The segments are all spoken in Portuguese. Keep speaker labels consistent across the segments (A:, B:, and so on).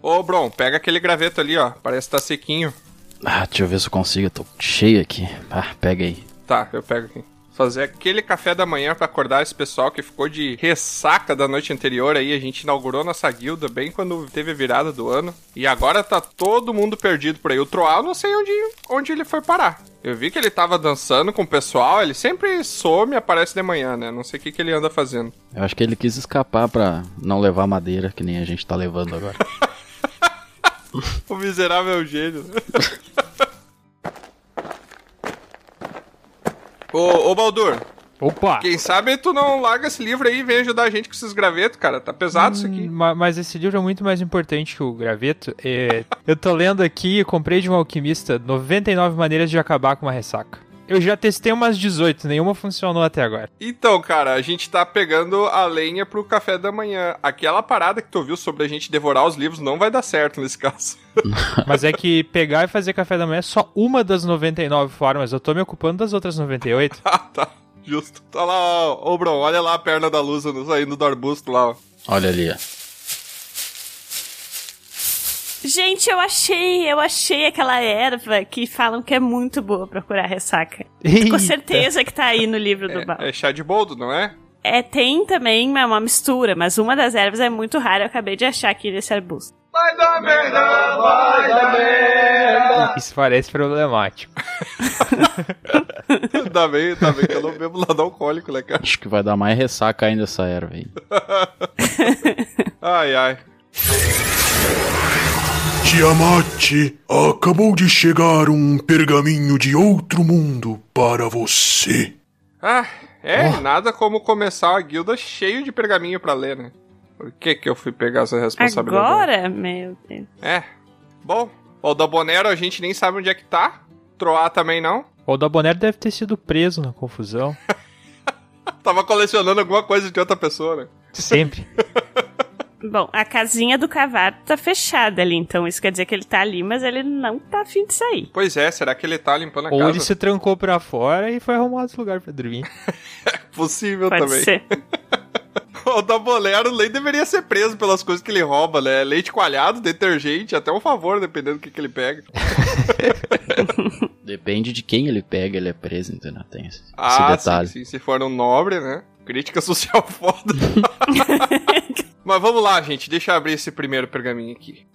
A: Ô, Bron, pega aquele graveto ali, ó. Parece que tá sequinho.
B: Ah, deixa eu ver se eu consigo, eu tô cheio aqui. Ah, pega aí.
A: Tá, eu pego aqui. Fazer aquele café da manhã pra acordar esse pessoal que ficou de ressaca da noite anterior aí. A gente inaugurou nossa guilda bem quando teve a virada do ano. E agora tá todo mundo perdido por aí. O Troal não sei onde, onde ele foi parar. Eu vi que ele tava dançando com o pessoal, ele sempre some e aparece de manhã, né? Não sei o que, que ele anda fazendo.
B: Eu acho que ele quis escapar pra não levar madeira, que nem a gente tá levando agora.
A: O miserável é um gênio. ô, ô, Baldur,
C: Opa!
A: quem sabe tu não larga esse livro aí e vem ajudar a gente com esses gravetos, cara. Tá pesado isso aqui.
C: Hum, ma- Mas esse livro é muito mais importante que o graveto. É, eu tô lendo aqui, comprei de um alquimista 99 maneiras de acabar com uma ressaca. Eu já testei umas 18, nenhuma funcionou até agora.
A: Então, cara, a gente tá pegando a lenha pro café da manhã. Aquela parada que tu ouviu sobre a gente devorar os livros não vai dar certo nesse caso.
C: Mas é que pegar e fazer café da manhã é só uma das 99 formas. Eu tô me ocupando das outras 98.
A: ah, tá. Justo. Tá lá, ó. Ô, Bron, olha lá a perna da luz saindo do arbusto lá, ó.
B: Olha ali, ó.
D: Gente, eu achei, eu achei aquela erva que falam que é muito boa pra curar ressaca. Com
C: Eita.
D: certeza que tá aí no livro do Bal.
A: É, é chá de boldo, não é?
D: É, tem também mas é uma mistura, mas uma das ervas é muito rara, eu acabei de achar aqui nesse arbusto.
C: Isso parece problemático.
A: Ainda Tá bem, ainda bem que eu não bebo nada alcoólico, né, cara?
B: Acho que vai dar mais ressaca ainda essa erva aí.
A: Ai, ai.
E: Tiamat, acabou de chegar um pergaminho de outro mundo para você.
A: Ah, é, nada como começar a guilda cheio de pergaminho pra ler, né? Por que que eu fui pegar essa responsabilidade?
D: Agora, meu Deus.
A: É. Bom, o da Bonero a gente nem sabe onde é que tá. Troar também não.
C: O da Bonero deve ter sido preso na confusão.
A: Tava colecionando alguma coisa de outra pessoa, né?
C: Sempre.
D: Bom, a casinha do cavalo tá fechada ali, então isso quer dizer que ele tá ali, mas ele não tá afim de sair.
A: Pois é, será que ele tá limpando a
C: Ou
A: casa?
C: ele se trancou pra fora e foi arrumar outro lugar pra dormir.
A: Possível
D: Pode
A: também.
D: ser.
A: O da Bolero nem deveria ser preso pelas coisas que ele rouba, né? Leite coalhado, detergente, até um favor, dependendo do que, que ele pega.
B: Depende de quem ele pega, ele é preso, entendeu? Tem esse, esse
A: Ah,
B: detalhe.
A: Sim, sim, se for um nobre, né? Crítica social foda. Mas vamos lá, gente. Deixa eu abrir esse primeiro pergaminho aqui.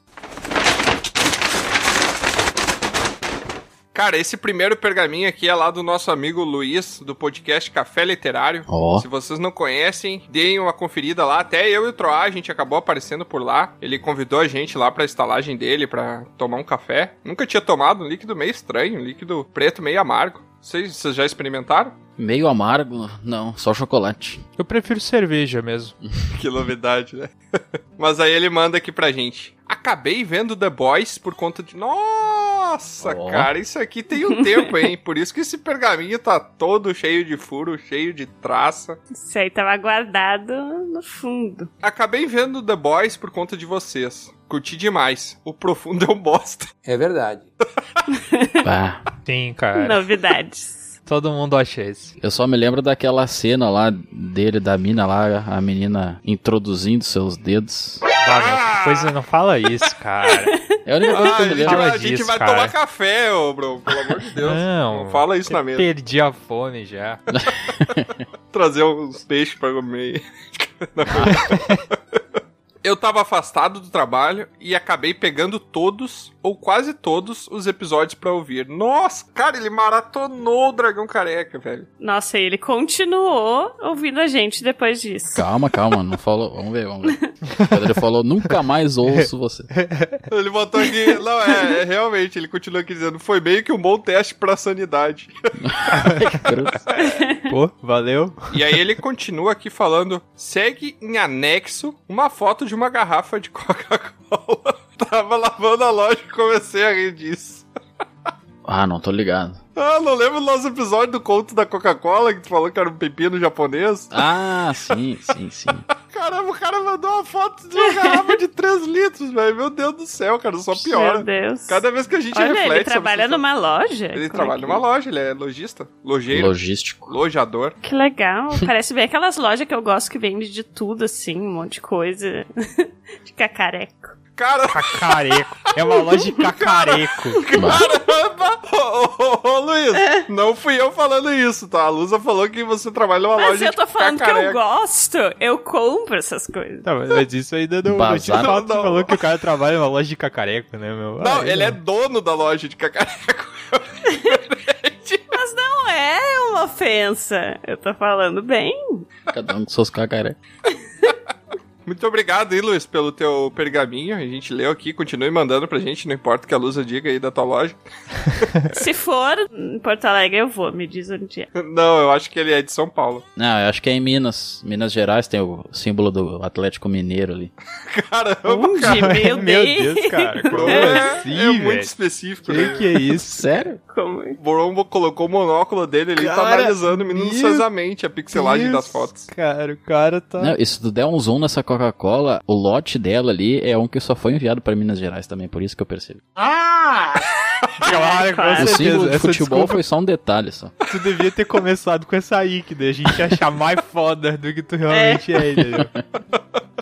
A: Cara, esse primeiro pergaminho aqui é lá do nosso amigo Luiz, do podcast Café Literário.
B: Ó.
A: Se vocês não conhecem, deem uma conferida lá. Até eu e o Troá, a gente acabou aparecendo por lá. Ele convidou a gente lá pra estalagem dele pra tomar um café. Nunca tinha tomado um líquido meio estranho, um líquido preto meio amargo. Vocês, vocês já experimentaram?
B: Meio amargo, não, só chocolate.
C: Eu prefiro cerveja mesmo.
A: Que novidade, né? Mas aí ele manda aqui pra gente. Acabei vendo The Boys por conta de. Nossa,
B: Ó.
A: cara, isso aqui tem um tempo, hein? Por isso que esse pergaminho tá todo cheio de furo, cheio de traça.
D: Isso aí tava guardado no fundo.
A: Acabei vendo The Boys por conta de vocês. Curti demais. O profundo é um bosta.
F: É verdade.
B: Pá.
C: Sim,
A: É.
C: cara.
D: Novidades.
C: Todo mundo acha esse.
B: Eu só me lembro daquela cena lá dele, da mina lá, a menina introduzindo seus dedos.
C: Ah, não, coisa, não fala isso, cara.
B: É a única coisa
A: Ah,
B: que
A: a
B: eu me
A: gente
B: lembro.
A: vai, a
C: disso,
A: gente vai
C: cara.
A: tomar café, ô, bro. Pelo amor de Deus.
C: Não.
A: fala isso na mesa.
C: Perdi a fome já.
A: trazer uns peixes pra comer. Não. Eu tava afastado do trabalho e acabei pegando todos, ou quase todos, os episódios pra ouvir. Nossa, cara, ele maratonou o Dragão Careca, velho.
D: Nossa, e ele continuou ouvindo a gente depois disso.
B: Calma, calma, não falou. Vamos ver, vamos ver. Quando ele falou, nunca mais ouço você.
A: Ele botou aqui. Não, é, é, realmente, ele continua aqui dizendo: foi meio que um bom teste pra sanidade.
C: Pô, valeu.
A: E aí ele continua aqui falando: segue em anexo uma foto de uma garrafa de Coca-Cola. Tava lavando a loja e comecei a rir disso.
B: Ah, não tô ligado.
A: Ah, não lembro do nosso episódio do conto da Coca-Cola que tu falou que era um pepino japonês?
B: Ah, sim, sim, sim.
A: Caramba, o cara mandou uma foto de uma garrafa de 3 litros, velho. Meu Deus do céu, cara, só
D: Meu
A: piora.
D: Deus.
A: Cada vez que a gente
D: Olha,
A: reflete.
D: ele
A: sobre
D: trabalha
A: essa-
D: numa loja? Como
A: Ele
D: é
A: trabalha
D: que-
A: numa loja, ele é lojista, lojeiro,
B: Logístico.
A: lojador.
D: Que legal. Parece bem aquelas lojas que eu gosto que vende de tudo, assim, um monte de coisa. Fica careco.
A: Cara,
C: Cacareco. É uma loja de cacareco.
A: caramba! Ô, ô, ô, ô, Luiz,
D: É.
A: não fui eu falando isso, tá? A Lusa falou que você trabalha numa
D: Mas
A: loja
D: eu
A: de
D: tô falando que eu
A: cacareco.
D: gosto, eu compro essas coisas.
C: Tá, mas- mas isso ainda não, não tinha
B: Bazar.
C: falado. Você
A: Não.
C: falou que o cara trabalha numa loja de cacareco, né, meu?
A: Não,
C: Ah,
A: ele é dono da loja de cacareco.
D: Mas não é uma ofensa. Eu tô falando bem.
B: Cada um com seus cacarecos.
A: Muito obrigado, hein, Luiz, pelo teu pergaminho. A gente leu aqui, continue mandando pra gente, não importa o que a Lusa diga aí da tua loja.
D: Se for em Porto Alegre, eu vou, me diz onde é.
A: Não, eu acho que ele é de São Paulo.
B: Não, eu acho que é em Minas. Minas Gerais tem o símbolo do Atlético Mineiro ali.
A: Caramba,
D: Onde?
A: cara.
D: Meu Deus.
C: Meu Deus, cara. Como
A: É,
C: assim,
A: é muito
C: velho?
A: específico, né?
C: Que que é isso?
B: Sério?
D: Como é?
A: O Borombo colocou o monóculo dele ali, tá
C: Cara,
A: analisando minuciosamente a pixelagem das
C: Deus,
A: fotos.
C: Cara, o cara tá...
B: Não, e se tu der um zoom nessa Coca-Cola, o lote dela ali é um que só foi enviado pra Minas Gerais também, por isso que eu percebi.
C: Claro,
D: Claro.
C: com
B: o é símbolo
C: certeza.
B: de
C: Essa
B: futebol
C: desculpa
B: foi só um detalhe só.
C: tu devia ter começado com essa aí, que daí a gente ia achar mais foda do que tu realmente é, entendeu?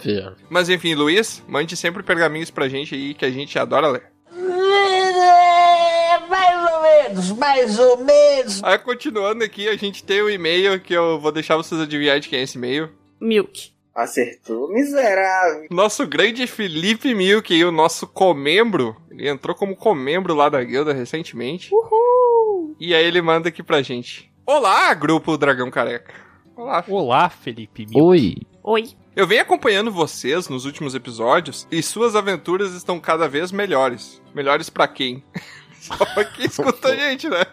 B: Fio.
A: Mas enfim, Luiz, mande sempre pergaminhos pra gente aí que a gente adora ler.
F: É, mais ou menos, mais ou menos.
A: Aí Ah, continuando aqui, a gente tem o e-mail que eu vou deixar vocês adivinhar de quem é esse e-mail.
D: Milk.
F: Acertou, miserável.
A: Nosso grande Felipe Milk, aí, o nosso comembro, ele entrou como comembro lá da guilda recentemente. Uhul! E aí ele manda aqui pra gente. Olá, grupo Dragão Careca. Olá,
C: Olá, Felipe Mil.
B: Oi.
D: Oi.
A: Eu venho acompanhando vocês nos últimos episódios e suas aventuras estão cada vez melhores. Melhores pra quem? Só pra quem escuta a gente, né?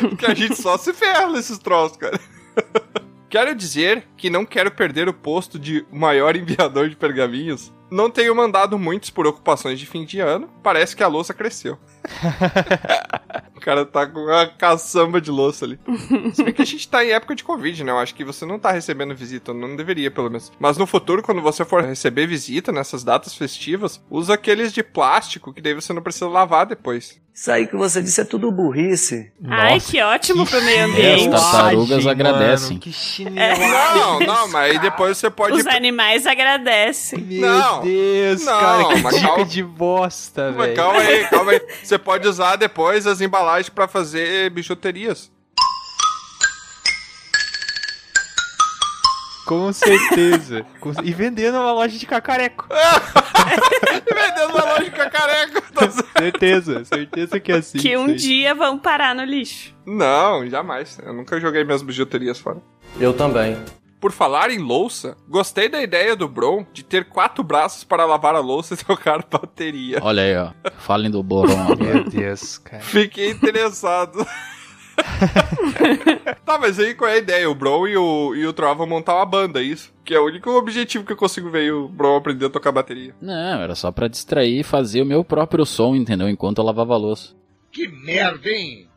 A: Porque a gente só se ferra nesses troços, cara. Quero dizer que não quero perder o posto de maior enviador de pergaminhos. Não tenho mandado muitos por ocupações de fim de ano. Parece que a louça cresceu. o cara tá com uma caçamba de louça ali. Se bem que a gente tá em época de Covid, né? Eu acho que você não tá recebendo visita, não deveria, pelo menos. Mas no futuro, quando você for receber visita nessas datas festivas, usa aqueles de plástico, que daí você não precisa lavar depois.
F: Isso aí que você disse é tudo burrice.
D: Ai, que ótimo pro meio
B: As
D: ambiente. É.
B: tartarugas
C: Mano,
B: agradecem.
C: Que chinelagem.
A: Não, não, mas aí depois você pode.
D: Os animais agradecem.
C: Meu
A: Não.
C: Deus,
A: Não,
C: cara, que
A: mas
C: dica
A: calma.
C: de bosta,
A: Mas
C: velho.
A: calma aí, calma aí. Você pode usar depois as embalagens pra fazer bijuterias.
C: Com certeza. Com- E vendendo uma loja de cacareco.
A: E vendendo uma loja de cacareco. tá certo?
C: certeza, certeza que é assim.
D: que um
C: isso aí.
D: dia vão parar no lixo.
A: Não, jamais. Eu nunca joguei minhas bijuterias fora.
G: Eu também.
A: Por falar em louça, gostei da ideia do Bron de ter quatro braços para lavar a louça e tocar bateria.
B: Olha aí, ó. Falem do Boron agora.
C: Meu Deus, cara.
A: Fiquei interessado. tá, mas aí qual é a ideia? O Bron e o, e o Troá vão montar uma banda, é isso? Que é o único objetivo que eu consigo ver o Bron aprender a tocar bateria.
B: Não, era só pra distrair e fazer o meu próprio som, entendeu? Enquanto eu lavava a louça.
H: Que merda, hein?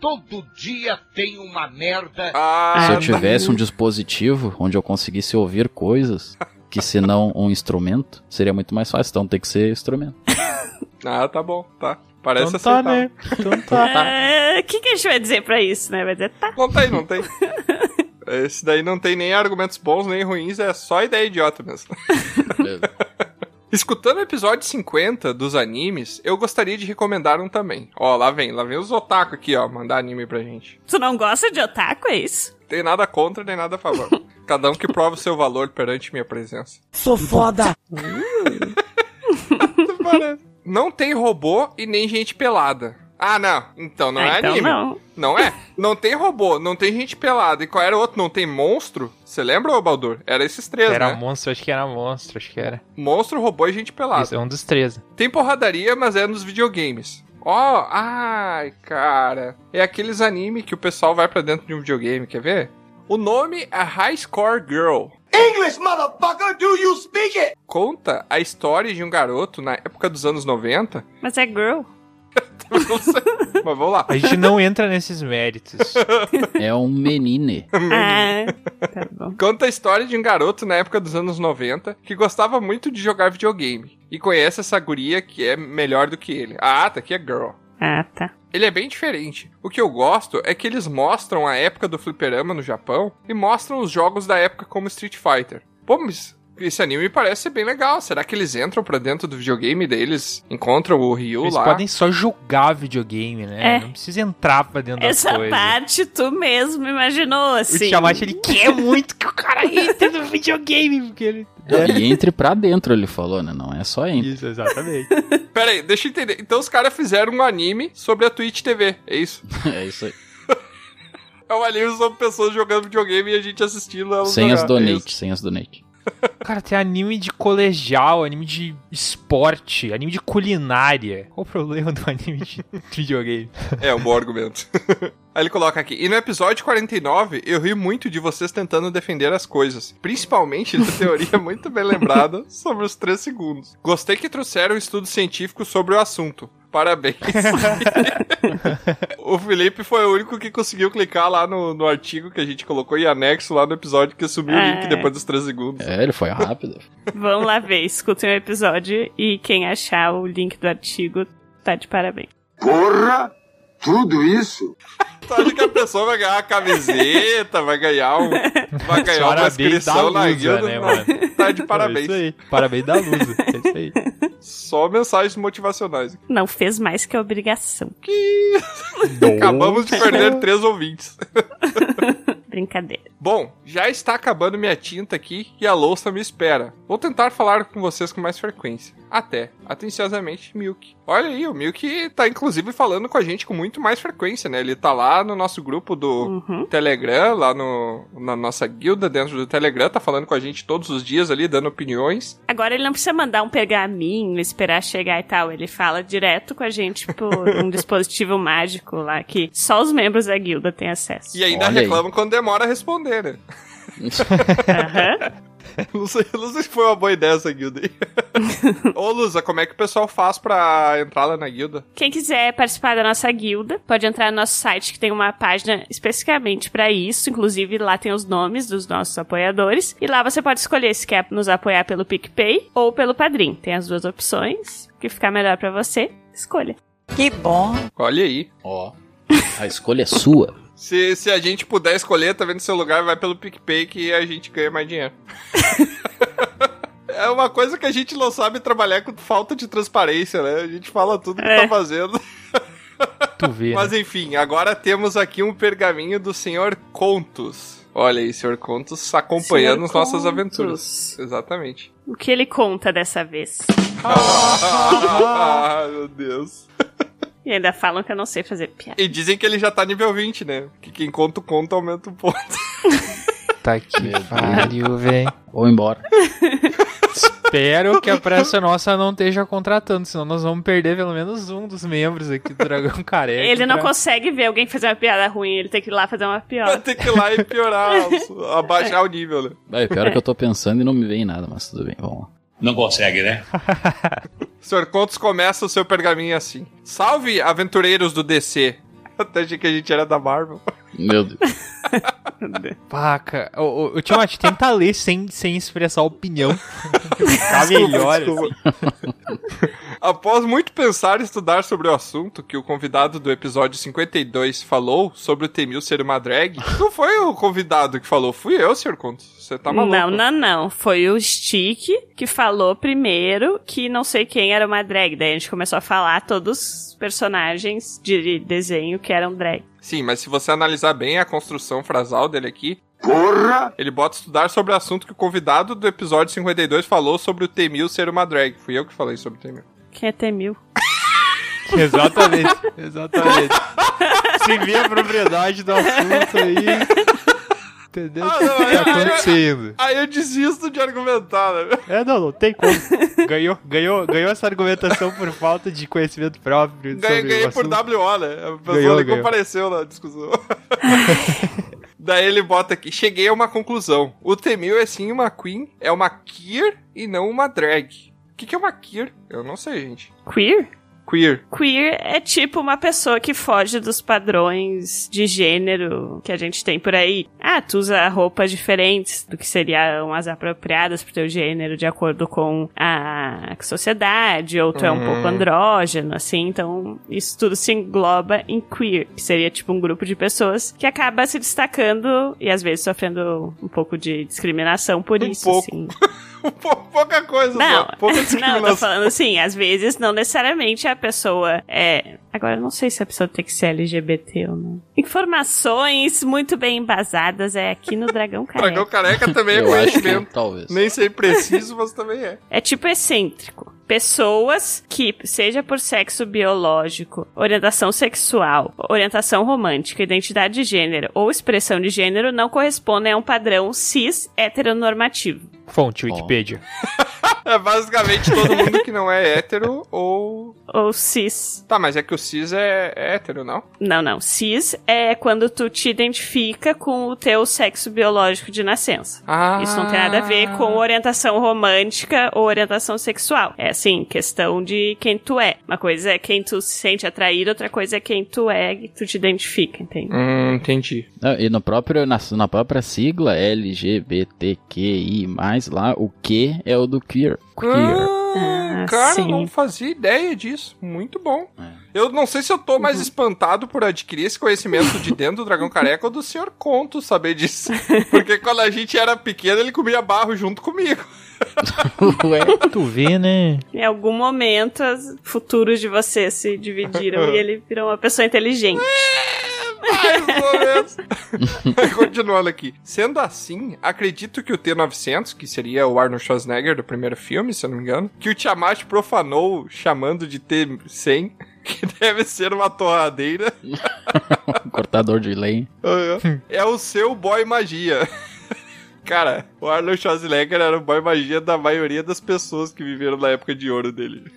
H: Todo dia tem uma merda.
A: Ah,
B: Se eu tivesse um dispositivo onde eu conseguisse ouvir coisas, que se não um instrumento, seria muito mais fácil. Então tem que ser instrumento.
A: ah, tá bom, tá. Parece
C: Então tá,
A: aceitável.
C: né? Então tá.
D: É, O que, que a gente vai dizer pra isso, né? Vai dizer, tá.
A: Não tem, não tem. Esse daí não tem nem argumentos bons nem ruins, é só ideia idiota mesmo.
B: É,
A: Escutando o episódio 50 dos animes, eu gostaria de recomendar um também. Ó, lá vem, lá vem os otaku aqui, ó, mandar anime pra gente.
D: Tu não gosta de otaku, é isso?
A: Tem nada contra, nem nada a favor. Cada um que prova o seu valor perante minha presença.
F: Sou foda.
A: Parece. Não tem robô e nem gente pelada. Ah, não. Então não
D: Ah,
A: é
D: então
A: anime.
D: não.
A: Não é. Não tem robô, não tem gente pelada. E qual era o outro? Não tem monstro? Você lembra, ô Baldur? Era esses
D: É,
A: três,
C: Era
A: né?
C: monstro, acho que era monstro, acho que era.
A: Monstro, robô e gente pelada.
C: Isso, é um dos três.
A: Tem porradaria, mas é nos videogames. Ó, ai, cara. É aqueles anime que o pessoal vai pra dentro de um videogame, quer ver? O nome é High Score Girl.
E: English, motherfucker, do you speak it?
A: Conta a história de um garoto na época dos anos 90.
D: Mas é girl.
A: Não sei, mas vamos lá.
C: A gente não entra nesses méritos.
B: É um menine.
D: Ah, tá bom.
A: Conta a história de um garoto na época dos anos 90 que gostava muito de jogar videogame e conhece essa guria que é melhor do que ele. Ah, tá aqui é girl.
D: Ah, tá.
A: Ele é bem diferente. O que eu gosto é que eles mostram a época do fliperama no Japão e mostram os jogos da época como Street Fighter. Pô, mas Esse anime parece bem legal. Será que eles entram pra dentro do videogame deles? Encontram o Ryu
C: Eles
A: lá?
C: podem só jogar videogame, né?
D: É.
C: Não precisa entrar pra dentro
D: Essa
C: das coisas.
D: parte tu mesmo imaginou,
C: O
D: assim.
C: Tiamat, ele quer muito que o cara entre no videogame, porque ele...
A: É.
B: E entre pra dentro, ele falou, né? Não é só entre.
C: Isso, exatamente.
A: Pera aí, deixa eu entender. Então os caras fizeram um anime sobre a Twitch TV, é isso?
B: É isso aí.
A: É um anime sobre pessoas jogando videogame e a gente assistindo elas
B: Sem as
A: jogar, é
B: donate, sem as donate.
C: Cara, tem anime de colegial, anime de esporte, anime de culinária. Qual o problema do anime de videogame?
A: isso. É, um bom argumento. Aí ele coloca aqui, e no episódio 49, eu ri muito de vocês tentando defender as coisas. Principalmente da teoria muito bem lembrada sobre os 3 segundos. Gostei que trouxeram um estudo científico sobre o assunto. Parabéns. o Felipe foi o único que conseguiu clicar lá no, no artigo que a gente colocou em anexo lá no episódio que sumiu o link
D: É.
A: depois dos 3 segundos.
B: É, ele foi rápido.
D: Vão lá ver, escutem o episódio e quem achar o link do artigo tá de parabéns.
G: Porra! Tudo isso?
A: Tu acha que Então, a pessoa vai ganhar uma camiseta, vai ganhar um. Vai ganhar uma
C: Parabéns da
A: inscrição na
C: Lusa,
A: guilda?
C: né,
A: Não,
C: mano?
A: Tá de
C: É isso
A: parabéns.
C: aí. Parabéns da luz. É isso aí.
A: Só mensagens motivacionais.
D: Não fez mais que a obrigação.
A: Que. Acabamos de perder três ouvintes.
D: Brincadeira.
A: Bom, já está acabando minha tinta aqui e a louça me espera. Vou tentar falar com vocês com mais frequência. Até. Atenciosamente, Milk. Olha aí, o Milk tá inclusive falando com a gente com muito mais frequência, né? Ele tá lá no nosso grupo do
D: Uhum.
A: Telegram, lá no, na nossa guilda dentro do Telegram, tá falando com a gente todos os dias ali, dando opiniões.
D: Agora ele não precisa mandar um pergaminho, esperar chegar e tal. Ele fala direto com a gente por um dispositivo mágico lá que só os membros da guilda têm acesso.
A: E ainda
B: Olha aí.
A: reclamam quando demora a responder, né?
D: Aham.
A: Não sei, não sei se foi uma boa ideia essa guilda aí. Ô, Lusa, como é que o pessoal faz pra entrar lá na guilda?
D: Quem quiser participar da nossa guilda, pode entrar no nosso site que tem uma página especificamente pra isso. Inclusive, lá tem os nomes dos nossos apoiadores. E lá você pode escolher se quer nos apoiar pelo PicPay ou pelo Padrim. Tem as duas opções. O que ficar melhor pra você, escolha.
F: Que bom.
A: Olha aí.
B: Ó. A escolha é sua.
A: Se, se a gente puder escolher, tá vendo seu lugar, vai pelo PicPay que a gente ganha mais dinheiro. É uma coisa que a gente não sabe trabalhar com falta de transparência, né? A gente fala tudo que
D: É.
A: tá fazendo.
C: Tu vê, né?
A: Mas enfim, agora temos aqui um pergaminho do senhor Contos. Olha aí, senhor Contos acompanhando
D: Senhor
A: as nossas
D: Contos.
A: aventuras. Exatamente.
D: O que ele conta dessa vez?
A: ah, meu Deus.
D: E ainda falam que eu não sei fazer piada.
A: E dizem que ele já tá nível 20, né? Que quem conta o conto aumenta um ponto.
C: Tá que pariu, velho.
B: Ou embora.
C: Espero que a Praça Nossa não esteja contratando, senão nós vamos perder pelo menos um dos membros aqui do Dragão Careca.
D: Ele não
C: pra-
D: consegue ver alguém fazer uma piada ruim, ele tem que ir lá fazer uma
A: Vai
D: pior.
A: ter que ir lá e piorar, abaixar o nível, né?
B: Vai, pior é que eu tô pensando e não me vem nada, mas tudo bem, vamos lá.
I: Não consegue, né?
A: Senhor Contos começa o seu pergaminho assim. Salve, aventureiros do DC. Até achei que a gente era da Marvel.
B: Meu Deus.
C: Paca. Ô, ô, ô, Timate, tenta ler sem, sem expressar opinião. Ficar Tá melhor.
A: Desculpa, Após muito pensar e estudar sobre o assunto que o convidado do episódio 52 falou sobre o Temil ser uma drag, não foi o convidado que falou, fui eu, Sr. Contos. Você tá maluco.
D: Não, não, não. Foi o Stick que falou primeiro que não sei quem era uma drag. Daí a gente começou a falar todos os personagens de desenho que eram drag.
A: Sim, mas se você analisar bem a construção frasal dele aqui,
G: Porra!
A: ele bota estudar sobre o assunto que o convidado do episódio 52 falou sobre o Temil ser uma drag. Fui eu que falei sobre o Temil.
D: Quem é Temil?
C: Exatamente, exatamente. Se vê a propriedade do assunto aí. Entendeu?
A: Ah,
C: O
A: não,
C: que
A: eu-
C: tá acontecendo?
A: Aí eu desisto de argumentar, né?
C: É, não, não tem como. Ganhou, ganhou, ganhou essa argumentação por falta de conhecimento próprio.
A: Ganhei,
C: sobre
A: ganhei
C: o
A: por
C: assunto.
A: WO, né? A pessoa
C: é Ganhou,
A: nem
C: ganhou.
A: compareceu na discussão. Daí ele bota aqui, cheguei a uma conclusão. O Temil é sim uma queen, é uma queer e não uma drag. O que, que é uma queer? Eu não sei, gente.
D: Queer?
A: Queer.
D: Queer é tipo uma pessoa que foge dos padrões de gênero que a gente tem por aí. Ah, tu usa roupas diferentes do que seriam as apropriadas pro teu gênero de acordo com a sociedade, ou tu é um
A: Hum.
D: pouco andrógeno, assim. Então, isso tudo se engloba em queer, que seria tipo um grupo de pessoas que acaba se destacando e às vezes sofrendo um pouco de discriminação por
A: Um
D: isso,
A: pouco.
D: assim.
A: Pou- Pouca coisa,
D: Não,
A: só. Pouca
D: não, eu tô
A: discriminação.
D: falando assim, às vezes não necessariamente a pessoa é. Agora eu não sei se a pessoa tem que ser LGBT ou não. Informações muito bem embasadas é aqui no Dragão Careca.
A: Dragão careca também é
B: Eu acho que
A: conhecimento.
B: talvez.
A: Nem sei preciso, mas também é.
D: É tipo excêntrico. Pessoas que, seja por sexo biológico, orientação sexual, orientação romântica, identidade de gênero ou expressão de gênero, não correspondem a um padrão cis heteronormativo.
C: Fonte,
B: Ó.
C: Wikipedia.
A: É basicamente todo mundo que não é hétero ou.
D: Ou cis.
A: Tá, mas é que o cis é, é hétero, não?
D: Não, não. Cis é quando tu te identifica com o teu sexo biológico de nascença.
A: Ah.
D: Isso não tem nada a ver
C: Ah.
D: com orientação romântica ou orientação sexual. É assim, questão de quem tu é. Uma coisa é quem tu se sente atraído, outra coisa é quem tu é e tu te identifica, entende?
A: Hum, entendi.
B: Não, e no próprio, na, na própria sigla LGBTQI, lá, o Q é o do queer. Queer.
A: Ah,
D: Ah,
A: cara,
D: sim.
A: não fazia ideia disso. Muito bom. Eu não sei se eu tô mais
D: Uhum.
A: espantado por adquirir esse conhecimento de dentro do Dragão Careca ou do Sr. Conto saber disso. Porque quando a gente era pequeno, ele comia barro junto comigo.
B: Ué.
C: tu vê, né?
D: Em algum momento, os futuros de vocês se dividiram e ele virou uma pessoa inteligente.
A: Mais ou menos. Continuando aqui. Sendo assim, acredito que o T-900, que seria o Arnold Schwarzenegger do primeiro filme, se eu não me engano, que o Tiamat profanou chamando de T-100, que deve ser uma torradeira,
B: Cortador de lenha.
A: é o seu boy magia. Cara, o Arnold Schwarzenegger era o boy magia da maioria das pessoas que viveram na época de ouro dele.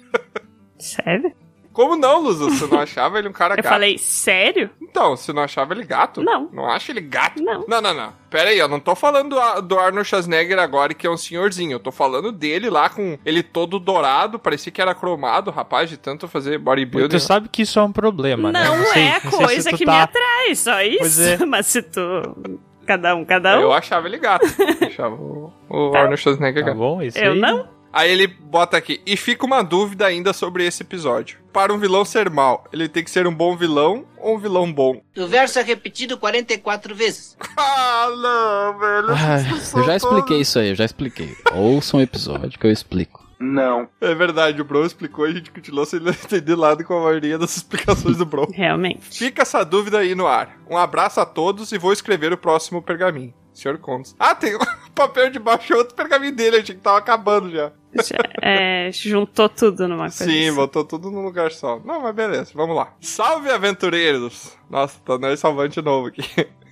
D: Sério?
A: Como não, Lusa? Você não achava ele um cara
D: Eu
A: gato?
D: falei, sério?
A: Então, você não achava ele gato?
D: Não.
A: Não acha ele gato?
D: Não.
A: Não, não, não. Pera aí, eu não tô falando do Ar- do Arnold Schwarzenegger agora, que é um senhorzinho. Eu tô falando dele lá com ele todo dourado, parecia que era cromado, rapaz, de tanto fazer bodybuilding.
C: Tu sabe que isso é um problema, né?
D: não
C: sei-
D: é a
C: não sei se
D: coisa
C: tu
D: que me
C: tá-
D: atrai, só
C: Pois
D: isso.
C: é.
D: Mas se tu. Cada um, cada um.
A: Eu achava ele gato. Eu achava o, o Arnold Schwarzenegger
C: Tá
A: gato.
C: bom, isso
D: Eu
C: aí.
D: não?
A: Aí ele bota aqui, e fica uma dúvida ainda sobre esse episódio. Para um vilão ser mal, ele tem que ser um bom vilão ou um vilão bom?
I: O verso é repetido 44 vezes.
A: Ah, não, velho.
B: Ah,
A: Isso
B: eu já
A: todo-
B: expliquei isso aí, eu já expliquei. Ouça um episódio que eu explico.
G: Não.
A: É verdade, o Bro explicou e a gente continuou sem entender nada com a maioria das explicações do Bro.
D: Realmente.
A: Fica essa dúvida aí no ar. Um abraço a todos e vou escrever o próximo pergaminho. Senhor Contos. Ah, tem o papel de baixo é outro pergaminho dele, achei que tava acabando já.
D: Já, é, juntou tudo numa coisa.
A: Sim,
D: assim.
A: botou tudo num lugar só. Não, mas beleza, vamos lá. Salve, aventureiros! Nossa, tá nós salvante novo aqui.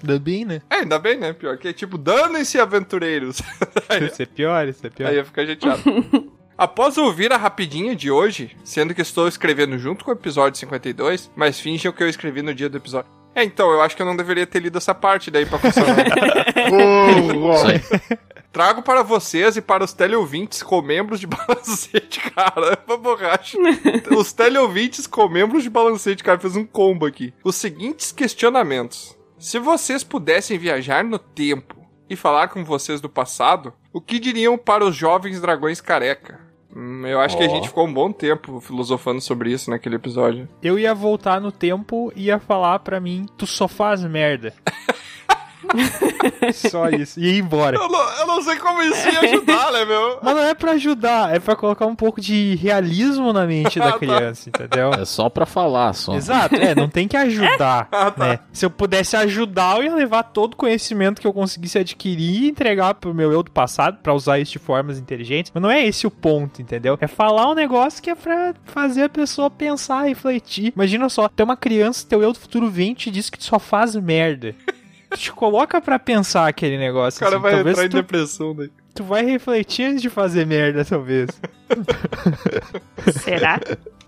C: Ainda bem, né?
A: É, ainda bem, né? Pior que é tipo, danem-se, aventureiros!
C: Isso é pior, isso é pior.
A: Aí eu fico chateado. Após ouvir a rapidinha de hoje, sendo que estou escrevendo junto com o episódio 52, mas finjam que eu escrevi no dia do episódio. É, então, eu acho que eu não deveria ter lido essa parte daí pra funcionar.
B: Isso aí.
A: Trago para vocês e para os teleouvintes com membros de balancete, cara. Uma borracha. os teleouvintes com membros de balancete, cara. Fez um combo aqui. Os seguintes questionamentos. Se vocês pudessem viajar no tempo e falar com vocês do passado, o que diriam para os jovens dragões careca? Hum, eu acho que a
B: Ó.
A: gente ficou um bom tempo filosofando sobre isso naquele episódio.
C: Eu ia voltar no tempo e ia falar pra mim, tu só faz merda. Só isso. E ir embora.
A: Eu não, eu não sei como isso ia ajudar, né, meu?
C: Mas não é pra ajudar, é pra colocar um pouco de realismo na mente da criança, entendeu?
B: É só pra falar, só.
C: Exato, é, não tem que ajudar,
A: Ah, tá.
C: né? Se eu pudesse ajudar, eu ia levar todo o conhecimento que eu conseguisse adquirir e entregar pro meu eu do passado pra usar isso de formas inteligentes, mas não é esse o ponto, entendeu? É falar um negócio que é pra fazer a pessoa pensar, refletir. Imagina só, tem uma criança, teu eu do futuro vem e te diz que tu só faz merda. Tu Te coloca pra pensar aquele negócio.
A: O cara
C: assim.
A: vai
C: talvez
A: entrar em
C: tu,
A: depressão daí.
C: tu vai refletir antes de fazer merda, talvez.
D: Será?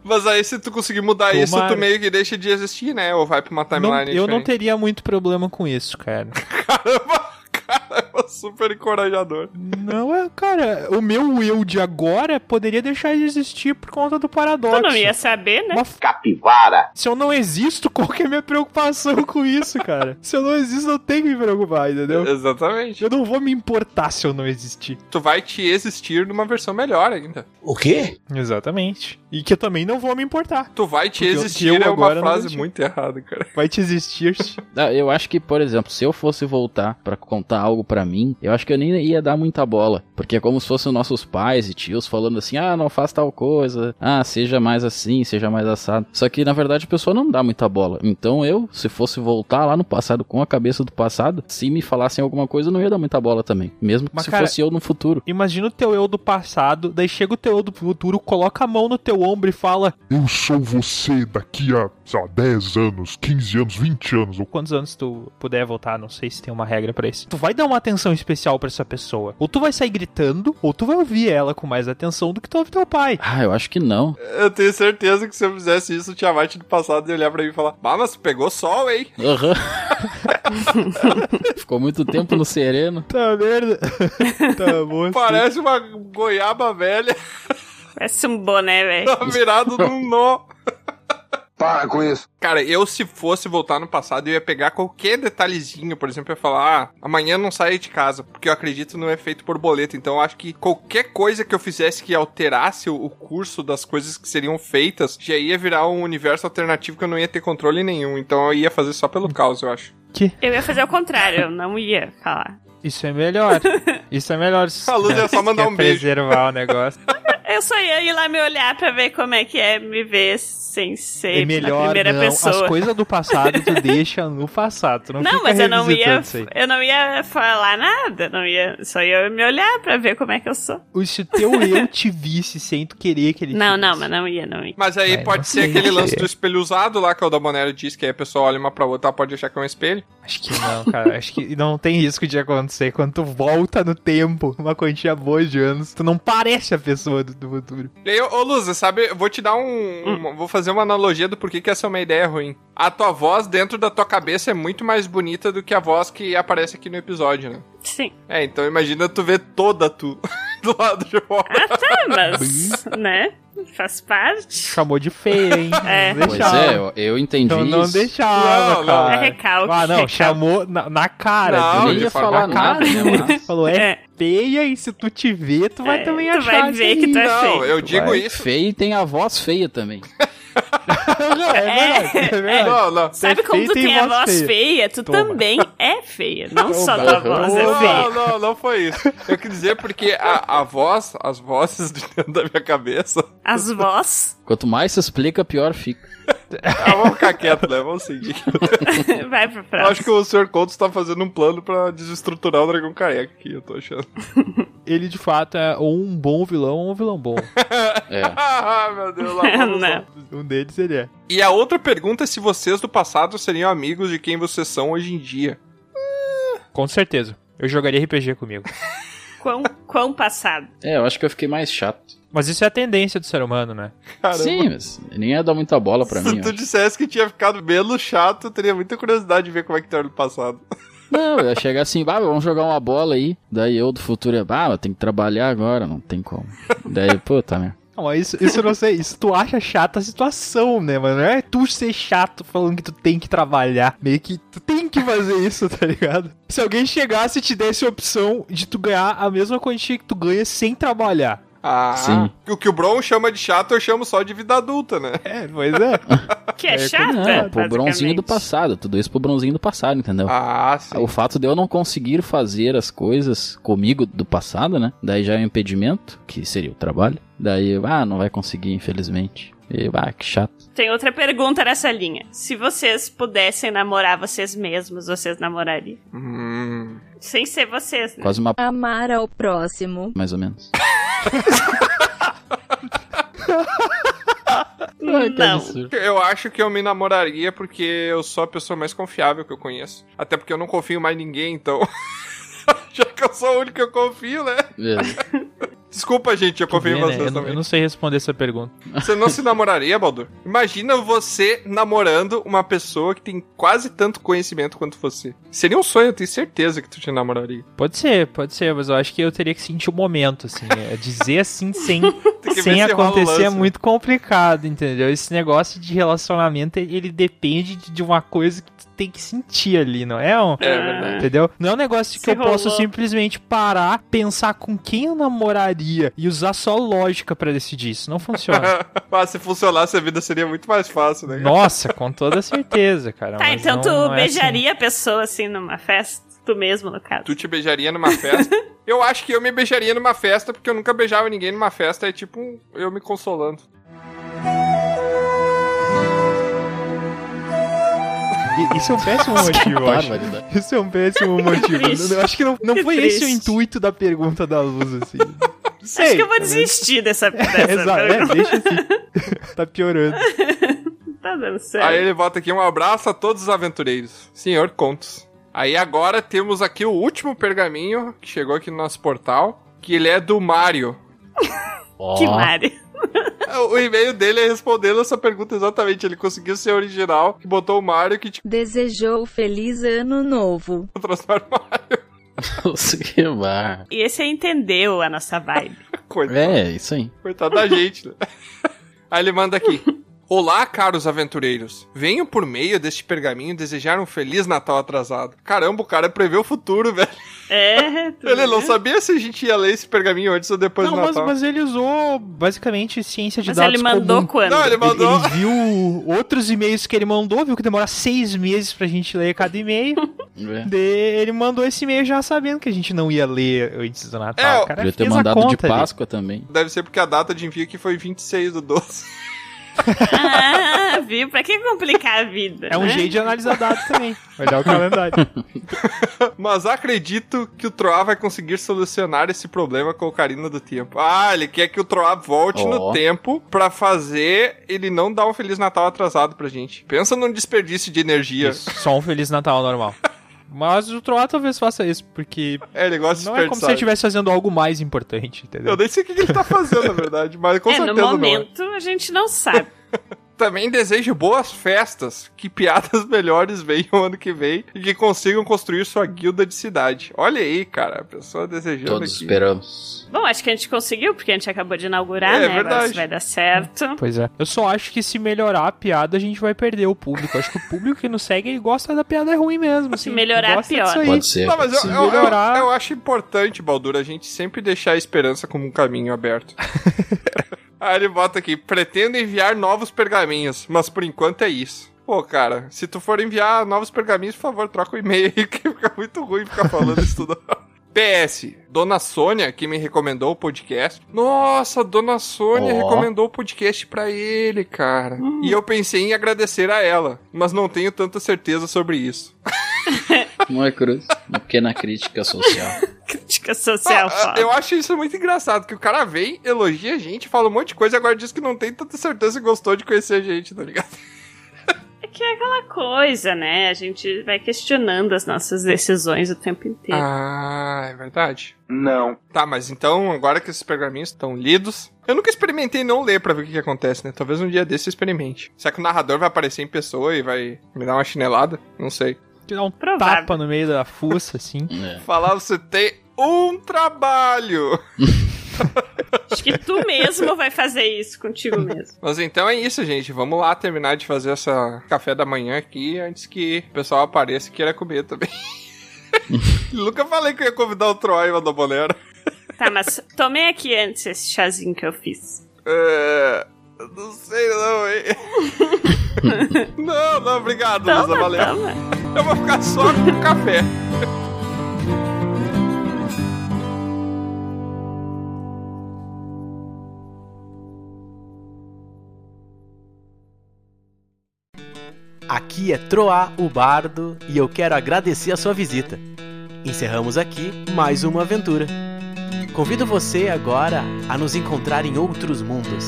A: Mas aí se tu conseguir mudar isso,
C: Tomara.
A: tu meio que deixa de existir, né? Ou vai pra uma
C: Não-
A: timeline
C: eu não
A: diferente.
C: teria muito problema com isso, cara.
A: Caramba, caramba, é super encorajador.
C: Não, é, cara, o meu eu de agora poderia deixar de existir por conta do
D: Tu
C: paradoxo.
D: não ia saber, né?
C: Mas
G: Capivara.
C: se eu não existo, qual que é a minha preocupação com isso, cara? se eu não existo, eu tenho que me preocupar, entendeu?
A: Exatamente.
C: Eu não vou me importar se eu não existir.
A: Tu vai te existir numa versão melhor ainda.
F: O quê?
C: Exatamente. E que eu também não vou me importar.
A: Tu vai te
C: Porque eu-
A: existir
C: eu
A: é uma
C: agora não
A: frase
C: existo.
A: muito errada, cara.
C: Vai te existir.
B: Ah, Eu acho que, por exemplo, se eu fosse voltar pra contar algo algo pra mim, eu acho que eu nem ia dar muita bola. Porque é como se fossem nossos pais e tios falando assim: ah, não faz tal coisa, ah, seja mais assim, seja mais assado. Só que na verdade a pessoa não dá muita bola. Então eu, se fosse voltar lá no passado com a cabeça do passado, se me falassem alguma coisa, eu não ia dar muita bola também. Mesmo que
C: Mas,
B: se
C: cara,
B: fosse eu no futuro.
C: Imagina o teu eu do passado, daí chega o teu eu do futuro, coloca a mão no teu ombro e fala:
E: Eu sou você daqui a, sei lá, 10 anos, 15 anos, 20 anos. ou-
C: Quantos anos tu puder voltar, não sei se tem uma regra pra isso. Tu vai dar uma atenção especial pra essa pessoa. Ou tu vai sair gritando, ou tu vai ouvir ela com mais atenção do que tu ouve teu pai.
B: Ah, eu acho que não.
A: Eu tenho certeza que se eu fizesse isso, o Tiamat do passado ia olhar pra mim e falar: Bah, mas pegou sol, hein?
B: Aham. Ficou muito tempo no sereno.
C: Tá merda. tá bom.
A: Parece uma goiaba velha
D: Parece um boné, velho.
A: tá virado num nó.
G: Para com isso.
A: Cara, eu se fosse voltar no passado, eu ia pegar qualquer detalhezinho, por exemplo, eu ia falar, ah, amanhã não saia de casa, porque eu acredito no efeito borboleta, então eu acho que qualquer coisa que eu fizesse que alterasse o- o curso das coisas que seriam feitas, já ia virar um universo alternativo que eu não ia ter controle nenhum, então eu ia fazer só pelo caos, eu acho.
D: Eu ia fazer o contrário, eu não ia falar.
C: Isso é melhor. Isso é melhor.
A: A Luz é só mandar
C: Quer
A: um beijo.
C: preservar o negócio.
D: Eu só ia ir lá me olhar pra ver como é que é me ver sem ser
C: É melhor
D: na primeira
C: não.
D: pessoa.
C: As coisas do passado tu deixa no passado. Tu não,
D: Não,
C: fica
D: mas eu não ia,
C: revisitando isso aí.
D: eu não ia falar nada, não ia, só ia me olhar pra ver como é que eu sou.
C: Ou Se o teu eu te visse sem tu querer que ele
D: Não,
C: te
D: não,
C: visse.
D: mas não ia, não ia.
A: Mas aí
C: Mas É, não
A: pode ser
C: sei,
A: aquele
C: não
A: lance
C: sei.
A: do espelho usado lá, que o da Bonero diz, que aí a pessoa olha uma pra outra, ela pode achar que é um espelho.
C: Acho que não, cara. Acho que não tem risco de acontecer. Quando tu volta no tempo, uma quantia boa de anos, tu não parece a pessoa do, do futuro.
A: E aí, ô Lusa, sabe, eu vou te dar um, uma- Vou fazer uma analogia do porquê que essa é uma ideia ruim. A tua voz dentro da tua cabeça é muito mais bonita do que a voz que aparece aqui no episódio, né?
D: Sim.
A: É, então imagina tu ver toda tu do lado de fora.
D: Tá, mas, né? Faz parte.
C: Chamou de feia, hein?
D: É.
C: Não
B: Pois
C: deixava.
B: é, eu, eu entendi
C: Então não
B: isso.
C: deixava,
A: Não, não.
C: cara.
D: É recalque.
C: Ah, não,
D: recalque.
C: chamou na, na cara.
A: Não,
B: Eu
C: entendeu?
B: nem
A: de
B: ia
A: forma
B: falar nada, né, mano?
C: Falou, é,
D: É.
C: feia e se tu te ver, tu vai
D: É,
C: também
D: tu
C: achar
D: vai ver
C: isso
D: que tu
C: aí.
D: é
A: Não, eu
B: Tu
A: digo
B: é
A: isso.
B: Feia e tem a voz feia também.
C: Não, é verdade, é verdade.
A: Não, não.
D: Sabe como tu
C: feita e
D: tem a
C: voz
D: voz
C: feia.
D: feia? Tu
C: Toma.
D: também é feia. Não só
B: Toma.
D: tua voz é feia.
A: Não, não, não foi isso. Eu quis dizer porque a, a voz, as vozes de dentro da minha cabeça.
D: As vozes
B: Quanto mais se explica, pior fica.
A: Ah, vamos ficar quieto, né? Vamos seguir.
D: vai pra
A: Eu acho
D: próxima.
A: que o Sr. Contos tá fazendo um plano pra desestruturar o Dragão Careca aqui, eu tô achando.
C: Ele de fato é ou um bom vilão ou um vilão bom.
B: É.
A: ah, meu Deus, lá vamos lá.
D: Não.
C: um deles ele é.
A: E a outra pergunta é se vocês do passado seriam amigos de quem vocês são hoje em dia.
C: Com certeza. Eu jogaria RPG comigo.
D: Quão, quão passado.
B: É, eu acho que eu fiquei mais chato.
C: Mas isso é a tendência do ser humano, né?
A: Caramba.
B: Sim, mas nem ia dar muita bola pra
A: se
B: mim.
A: tu
B: ó.
A: dissesse que tinha ficado menos chato, eu teria muita curiosidade de ver como é que tu era no passado.
B: Não, eu ia chegar assim, bah, vamos jogar uma bola aí. Daí eu do futuro ia, bah, eu tenho que trabalhar agora, não tem como. Daí, puta merda.
C: Não, mas isso, isso eu não sei. Isso tu acha chata a situação, né, mano? Não é tu ser chato falando que tu tem que trabalhar. Meio que tu tem que fazer isso, tá ligado? Se alguém chegasse e te desse a opção de tu ganhar a mesma quantia que tu ganha sem trabalhar.
A: Ah,
B: Sim.
A: O que o Bron chama de chato, eu chamo só de vida adulta, né?
C: É, pois é.
D: Que é,
C: É,
D: chata,
B: Não, pro bronzinho
D: basicamente.
B: do passado. Tudo isso pro bronzinho do passado, entendeu?
A: Ah, sim.
B: É O fato de eu não conseguir fazer as coisas comigo do passado, né? Daí já é um impedimento, que seria o trabalho. Daí, ah, não vai conseguir, infelizmente. E, ah, que chato.
D: Tem outra pergunta nessa linha. Se vocês pudessem namorar vocês mesmos, vocês namorariam?
A: Hum.
D: Sem ser vocês, né?
B: Quase uma p,
J: Amar ao próximo.
B: mais ou menos.
D: Não.
A: Eu acho que eu me namoraria porque eu sou a pessoa mais confiável que eu conheço. Até porque eu não confio mais em ninguém, então. Já que eu sou o único que eu confio, né?
B: É.
A: Desculpa, gente, eu confio em
C: Vê, né?
A: vocês
C: eu, não-
A: também.
C: eu não sei responder essa pergunta.
A: Você não se namoraria, Baldur? Imagina você namorando uma pessoa que tem quase tanto conhecimento quanto você. Seria um sonho, eu tenho certeza que tu te namoraria.
C: Pode ser, pode ser, mas eu acho que eu teria que sentir o momento, assim. é, Dizer assim sem,
A: Tem que ver
C: sem
A: se rola o
C: acontecer é
A: lance.
C: muito complicado, entendeu? Esse negócio de relacionamento, ele depende de de uma coisa que tu tem que sentir ali, não é? Um,
A: É verdade.
C: Entendeu? Não é um negócio que
D: Se
C: eu posso
D: rolou.
C: simplesmente parar, pensar com quem eu namoraria e usar só lógica pra decidir. Isso não funciona.
A: Mas Ah, se funcionasse, a vida seria muito mais fácil, né?
C: Nossa, com toda certeza, cara.
D: Tá,
C: mas
D: então
C: não-
D: tu
C: não é assim.
D: beijaria a pessoa assim numa festa? Tu mesmo, no caso.
A: Tu te beijaria numa festa? eu acho que eu me beijaria numa festa, porque eu nunca beijava ninguém numa festa. É tipo um- eu me consolando.
C: I- Isso é um péssimo motivo, eu acho.
B: Barbaridade.
C: Isso é um péssimo motivo.
D: né? Triste.
C: Eu acho que não, não
D: Que
C: foi esse o
D: triste.
C: intuito da pergunta da luz, assim. né?
D: Acho que eu vou desistir dessa, dessa
C: Exato, é,
D: pergunta.
C: deixa assim. tá piorando.
D: Tá dando
A: Aí
D: certo.
A: ele bota aqui um abraço a todos os aventureiros. Senhor Contos. Aí agora temos aqui o último pergaminho que chegou aqui no nosso portal, que ele é do Mário.
B: Ó,
D: Que mare.
A: O e-mail dele é respondendo essa pergunta exatamente. Ele conseguiu ser original, que botou o Mário que te
J: Desejou feliz ano novo.
A: transforma
B: Nossa, que bar.
D: E esse aí entendeu a nossa vibe.
A: coisa.
B: É, isso aí.
A: Coitado da gente, né? Aí ele manda aqui. Olá, caros aventureiros. Venho por meio deste pergaminho desejar um feliz Natal atrasado. Caramba, o cara prevê o futuro, velho.
D: É, tu
A: Ele não
D: viu?
A: sabia se a gente ia ler esse pergaminho antes ou depois
C: Não,
A: do
C: mas,
A: Natal.
C: mas ele usou basicamente ciência de
D: Mas
C: dados.
D: ele mandou
C: comum.
D: quando?
A: Não, ele mandou.
C: Ele viu outros e-mails que ele mandou, viu que demora seis meses pra gente ler cada e-mail.
B: É.
C: De- ele mandou esse e-mail já sabendo que a gente não ia ler antes do Natal.
A: É,
C: o cara
B: Devia ter
C: fez a
B: mandado de
C: conta ali.
B: Páscoa também.
A: Deve ser porque a data de envio aqui foi 26 do 12.
D: Ah, viu? Pra que complicar a vida?
C: É um
D: né?
C: jeito de analisar dados também. Olhar o calendário.
A: Mas acredito que o Troá vai conseguir solucionar esse problema com o Carina do Tempo. Ah, ele quer que o Troá volte
B: Ó.
A: no tempo pra fazer ele não dar um Feliz Natal atrasado pra gente. Pensa num desperdício de energia.
C: Isso, Só um Feliz Natal normal. Mas o Troá talvez faça isso, porque
A: É, ele gosta de
C: não é como se ele
A: desperdiçar.
C: estivesse fazendo algo mais importante, entendeu?
A: Eu nem sei o que que ele tá fazendo, na verdade, mas com
D: é, no
A: certeza não. é.
D: momento a gente não sabe.
A: Também desejo boas festas, que piadas melhores venham ano que vem e que consigam construir sua guilda de cidade. Olha aí, cara, a pessoa desejando
B: Todos
A: aqui.
B: esperamos.
D: Bom, acho que a gente conseguiu, porque a gente acabou de inaugurar,
A: É,
D: né? Agora
A: verdade.
D: se vai dar certo.
C: Pois é. Eu só acho que se melhorar a piada, a gente vai perder o público. Acho que o público que nos segue, ele gosta da piada ruim mesmo. Assim,
D: melhorar,
C: gosta
D: pior.
C: disso aí.
B: Pode ser.
A: Não, mas
B: pode
A: eu,
B: ser.
A: eu, eu,
C: melhorar.
A: eu acho importante, Baldur, a gente sempre deixar a esperança como um caminho aberto. Aí ele bota aqui, pretendo enviar novos pergaminhos, mas por enquanto é isso. Pô, cara, se tu for enviar novos pergaminhos, por favor, troca o e-mail aí, que fica muito ruim ficar falando isso tudo. PS, Dona Sônia, que me recomendou o podcast. Nossa, Dona Sônia
B: Ó. Hum.
A: recomendou o podcast pra ele, cara. E eu pensei em agradecer a ela, mas não tenho tanta certeza sobre isso.
B: Não é cruz. Uma pequena crítica social.
D: Crítica social,
A: Ah,
D: foda.
A: eu acho isso muito engraçado, que o cara vem, elogia a gente, fala um monte de coisa e agora diz que não tem tanta certeza e gostou de conhecer a gente, tá ligado?
D: É que é aquela coisa, né? A gente vai questionando as nossas decisões o tempo inteiro.
A: Ah, é verdade.
G: Não.
A: Tá, mas então, agora que esses pergaminhos estão lidos, eu nunca experimentei não ler pra ver o que, que acontece, né? Talvez um dia desse eu experimente. Será que o narrador vai aparecer em pessoa e vai me dar uma chinelada? Não sei.
C: Te
A: Ah,
C: dá um
D: Provável.
C: tapa no meio da fuça, assim.
B: É.
A: Falar, você tem um trabalho!
D: Acho que tu mesmo vai fazer isso contigo mesmo.
A: Mas então é isso, gente. Vamos lá terminar de fazer essa café da manhã aqui antes que o pessoal apareça e queira comer também. Nunca falei que eu ia convidar o Troy e Bolera.
D: Tá, mas tomei aqui antes esse chazinho que eu fiz.
A: É... Não sei não, hein? não, não, obrigado, Lusa,
D: Toma,
A: valeu.
D: toma.
A: Eu vou ficar só com o café.
K: Aqui é Troá, o Bardo, e eu quero agradecer a sua visita. Encerramos aqui mais uma aventura. Convido você agora a nos encontrar em outros mundos.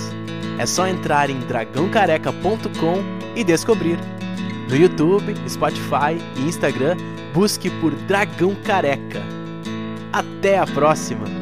K: É só entrar em dragãocareca.com e descobrir. No YouTube, Spotify e Instagram, busque por Dragão Careca. Até a próxima!